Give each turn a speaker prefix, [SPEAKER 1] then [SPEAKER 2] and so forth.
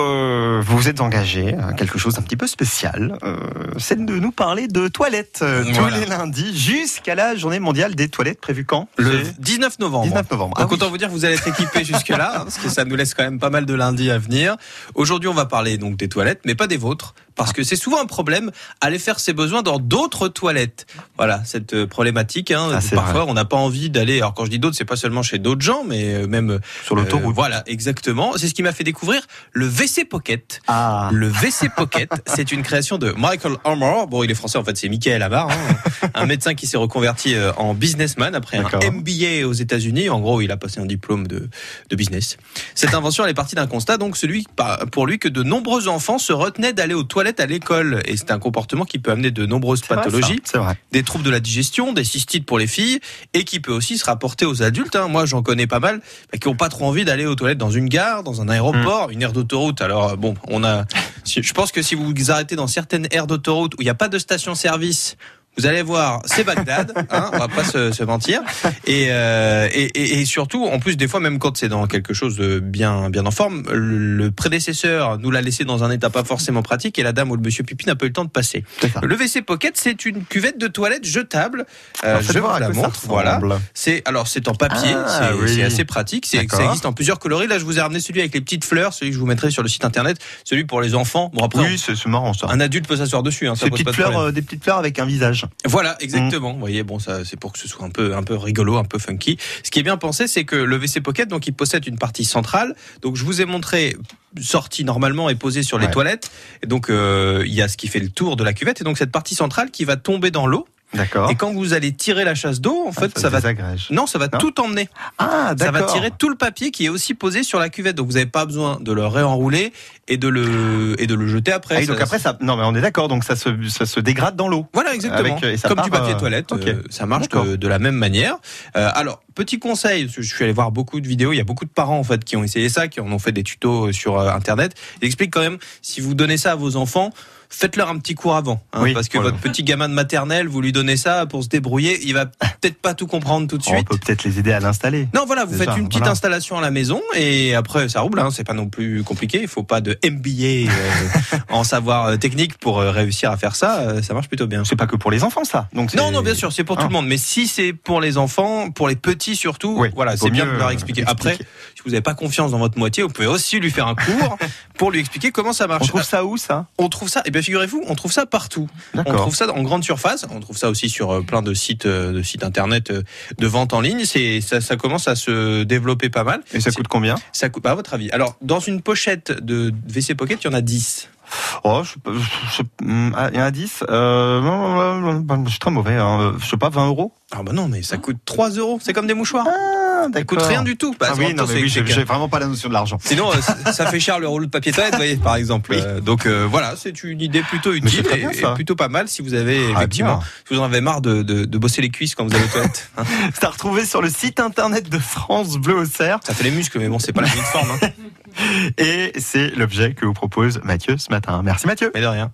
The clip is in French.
[SPEAKER 1] euh, vous êtes engagé à quelque chose d'un petit peu spécial, euh, c'est de nous parler de toilettes euh,
[SPEAKER 2] Voilà.
[SPEAKER 1] tous les lundis jusqu'à la journée mondiale des toilettes prévue quand
[SPEAKER 2] Le
[SPEAKER 1] C'est
[SPEAKER 2] 19 novembre.
[SPEAKER 1] 19 novembre. Ah
[SPEAKER 2] Donc
[SPEAKER 1] oui.
[SPEAKER 2] autant vous dire que vous allez être équipé jusque-là, hein, parce que ça nous laisse quand même pas mal de lundis à venir. Aujourd'hui, on va parler donc des toilettes, mais pas des vôtres, parce que c'est souvent un problème aller faire ses besoins dans d'autres toilettes. Voilà, cette euh, problématique. Hein,
[SPEAKER 1] Ah, c'est
[SPEAKER 2] parfois, on n'a pas envie d'aller. Alors quand je dis d'autres, c'est pas seulement chez d'autres gens, mais euh, même euh,
[SPEAKER 1] Sur l'autoroute.
[SPEAKER 2] voilà, exactement. C'est ce qui m'a fait découvrir le WC Pocket.
[SPEAKER 1] Ah,
[SPEAKER 2] Euh, Le WC Pocket, c'est une création de Michael Armour. Bon, il est français, en fait, c'est Michael Amar, hein. un médecin qui s'est reconverti euh, en businessman après un
[SPEAKER 1] D'accord.
[SPEAKER 2] MBA aux États-Unis. En gros, il a passé un diplôme de, de business. Cette invention, elle est partie d'un constat, donc celui par- pour lui que de nombreux enfants se retenaient d'aller aux toilettes à l'école. Et c'est un comportement qui peut amener de nombreuses
[SPEAKER 1] c'est vrai,
[SPEAKER 2] pathologies,
[SPEAKER 1] ça, C'est vrai.
[SPEAKER 2] des troubles de la digestion, des cystites pour les filles, et qui peut aussi se rapporter aux adultes. hein. Moi, j'en connais pas mal, bah, qui ont pas trop envie d'aller aux toilettes dans une gare, dans un aéroport, une aire d'autoroute. Alors euh, bon, on a. si- Je pense que si vous vous arrêtez dans certaines aires d'autoroute où il n'y a pas de station-service. Vous allez voir, c'est Bagdad, hein, on va pas se, se mentir, et, euh, et, et- et surtout, en plus des fois même quand c'est dans quelque chose de bien bien en forme, le, le prédécesseur nous l'a laissé dans un état pas forcément pratique et la dame ou le monsieur pipi n'a pas eu le temps de passer.
[SPEAKER 1] C'est ça.
[SPEAKER 2] Le WC Pocket, c'est une cuvette de toilette jetable. Euh,
[SPEAKER 1] Alors, faites
[SPEAKER 2] je vous
[SPEAKER 1] voir à
[SPEAKER 2] la
[SPEAKER 1] quoi ça
[SPEAKER 2] montre. Voilà.
[SPEAKER 1] ressemble.
[SPEAKER 2] C'est alors c'est en papier.
[SPEAKER 1] Ah,
[SPEAKER 2] c'est
[SPEAKER 1] oui.
[SPEAKER 2] c'est assez pratique. C'est
[SPEAKER 1] D'accord.
[SPEAKER 2] ça existe en plusieurs coloris. Là, je vous ai ramené celui avec les petites fleurs, celui que je vous mettrai sur le site internet, celui pour les enfants. Bon après,
[SPEAKER 1] Oui, c'est c'est marrant ça.
[SPEAKER 2] on- un adulte peut s'asseoir dessus. Hein, ça
[SPEAKER 1] Ces
[SPEAKER 2] pose pas
[SPEAKER 1] petites
[SPEAKER 2] de
[SPEAKER 1] fleurs,
[SPEAKER 2] problème.
[SPEAKER 1] euh, Mm. des petites fleurs avec un visage.
[SPEAKER 2] Voilà, exactement. Vous voyez, bon, ça, c'est pour que ce soit un peu, un peu rigolo, un peu funky. Ce qui est bien pensé, c'est que le WC Pocket, donc, il possède une partie centrale. Donc, je vous ai montré sortie normalement et posée sur les
[SPEAKER 1] Ouais.
[SPEAKER 2] toilettes. Et donc, euh, il y a ce qui fait le tour de la cuvette. Et donc, cette partie centrale qui va tomber dans l'eau.
[SPEAKER 1] D'accord.
[SPEAKER 2] Et quand vous allez tirer la chasse d'eau, en fait,
[SPEAKER 1] Ah,
[SPEAKER 2] ça va.
[SPEAKER 1] désagrège.
[SPEAKER 2] Non, ça va
[SPEAKER 1] Non
[SPEAKER 2] tout emmener.
[SPEAKER 1] Ah,
[SPEAKER 2] Ça
[SPEAKER 1] d'accord.
[SPEAKER 2] va tirer tout le papier qui est aussi posé sur la cuvette. Donc vous n'avez pas besoin de le réenrouler et de le, et de le jeter après.
[SPEAKER 1] Ah oui,
[SPEAKER 2] Ça-
[SPEAKER 1] donc après ça. Non, mais on est d'accord. Donc ça se, ça se dégrade dans l'eau.
[SPEAKER 2] Voilà, exactement.
[SPEAKER 1] Avec, euh, et ça
[SPEAKER 2] Comme
[SPEAKER 1] part,
[SPEAKER 2] du papier
[SPEAKER 1] euh,
[SPEAKER 2] toilette,
[SPEAKER 1] ok.
[SPEAKER 2] euh, ça marche
[SPEAKER 1] D'accord.
[SPEAKER 2] de, de la même manière. Euh, alors, petit conseil, parce que je suis allé voir beaucoup de vidéos, il y a beaucoup de parents en fait qui ont essayé ça, qui en ont fait des tutos euh, sur euh, Internet. Ils expliquent quand même, si vous donnez ça à vos enfants, faites-leur un petit cours avant. hein,
[SPEAKER 1] Oui,
[SPEAKER 2] parce que
[SPEAKER 1] voilà.
[SPEAKER 2] votre petit gamin de maternelle, vous lui donnez ça pour se débrouiller, il va peut-être pas tout comprendre tout de
[SPEAKER 1] On
[SPEAKER 2] suite.
[SPEAKER 1] peut peut-être les aider à l'installer.
[SPEAKER 2] Non, voilà, vous
[SPEAKER 1] Déjà,
[SPEAKER 2] faites une petite
[SPEAKER 1] voilà.
[SPEAKER 2] installation à la maison et après ça roule. Hein, c'est pas non plus compliqué. Il faut pas de MBA euh, en savoir euh, technique pour euh, réussir à faire ça. euh, ça marche plutôt bien.
[SPEAKER 1] C'est pas que pour les enfants ça. Donc
[SPEAKER 2] Non,
[SPEAKER 1] c'est-
[SPEAKER 2] non, bien sûr, c'est pour
[SPEAKER 1] Ah.
[SPEAKER 2] tout le monde. Mais si c'est pour les enfants, pour les petits surtout,
[SPEAKER 1] Ouais,
[SPEAKER 2] voilà,
[SPEAKER 1] vaut
[SPEAKER 2] c'est bien de
[SPEAKER 1] mieux,
[SPEAKER 2] leur
[SPEAKER 1] euh,
[SPEAKER 2] expliquer. Après, si vous n'avez pas confiance dans votre moitié, vous pouvez aussi lui faire un cours pour lui expliquer comment ça marche.
[SPEAKER 1] On trouve ça où ça
[SPEAKER 2] On trouve ça, et bien figurez-vous, on trouve ça partout. On
[SPEAKER 1] D'accord.
[SPEAKER 2] trouve ça en grande surface. On trouve ça aussi sur euh, plein de sites, euh, de sites internet euh, de vente en ligne. C'est ça, ça commence à se développer pas mal.
[SPEAKER 1] Et ça
[SPEAKER 2] C'est-
[SPEAKER 1] coûte combien
[SPEAKER 2] Ça coûte, bah, à votre avis. Alors, dans une pochette de WC Pocket, il y en a 10.
[SPEAKER 1] Oh, je sais pas, je sais- hmm, ah, il y en a 10 euh, Je suis très mauvais. Hein. Je sais pas, 20 euros
[SPEAKER 2] Ah bah non, mais ça coûte 3 euros. C'est comme des mouchoirs.
[SPEAKER 1] Ah,
[SPEAKER 2] Ça coûte rien du tout. Bah,
[SPEAKER 1] Ah
[SPEAKER 2] c'est
[SPEAKER 1] oui,
[SPEAKER 2] en même temps,
[SPEAKER 1] non, mais
[SPEAKER 2] c'est-
[SPEAKER 1] oui, j'ai
[SPEAKER 2] c'est-
[SPEAKER 1] j'ai vraiment pas la notion de l'argent.
[SPEAKER 2] Sinon, euh, ça- ça fait cher le rouleau de papier toilette, vous voyez, par exemple.
[SPEAKER 1] Oui.
[SPEAKER 2] Euh, donc euh, voilà, c'est une idée plutôt utile
[SPEAKER 1] très
[SPEAKER 2] et,
[SPEAKER 1] bien, ça.
[SPEAKER 2] et plutôt pas mal si vous avez
[SPEAKER 1] Ah,
[SPEAKER 2] effectivement,
[SPEAKER 1] bien.
[SPEAKER 2] si vous en avez marre de, de, de bosser les cuisses quand vous allez aux toilettes. hein.
[SPEAKER 1] C'est à retrouver sur le site internet de France Bleu au Cerf.
[SPEAKER 2] Ça fait les muscles, mais bon, c'est pas la même forme. Hein.
[SPEAKER 1] Et c'est l'objet que vous propose Mathieu ce matin. Merci Mathieu.
[SPEAKER 2] Mais de rien.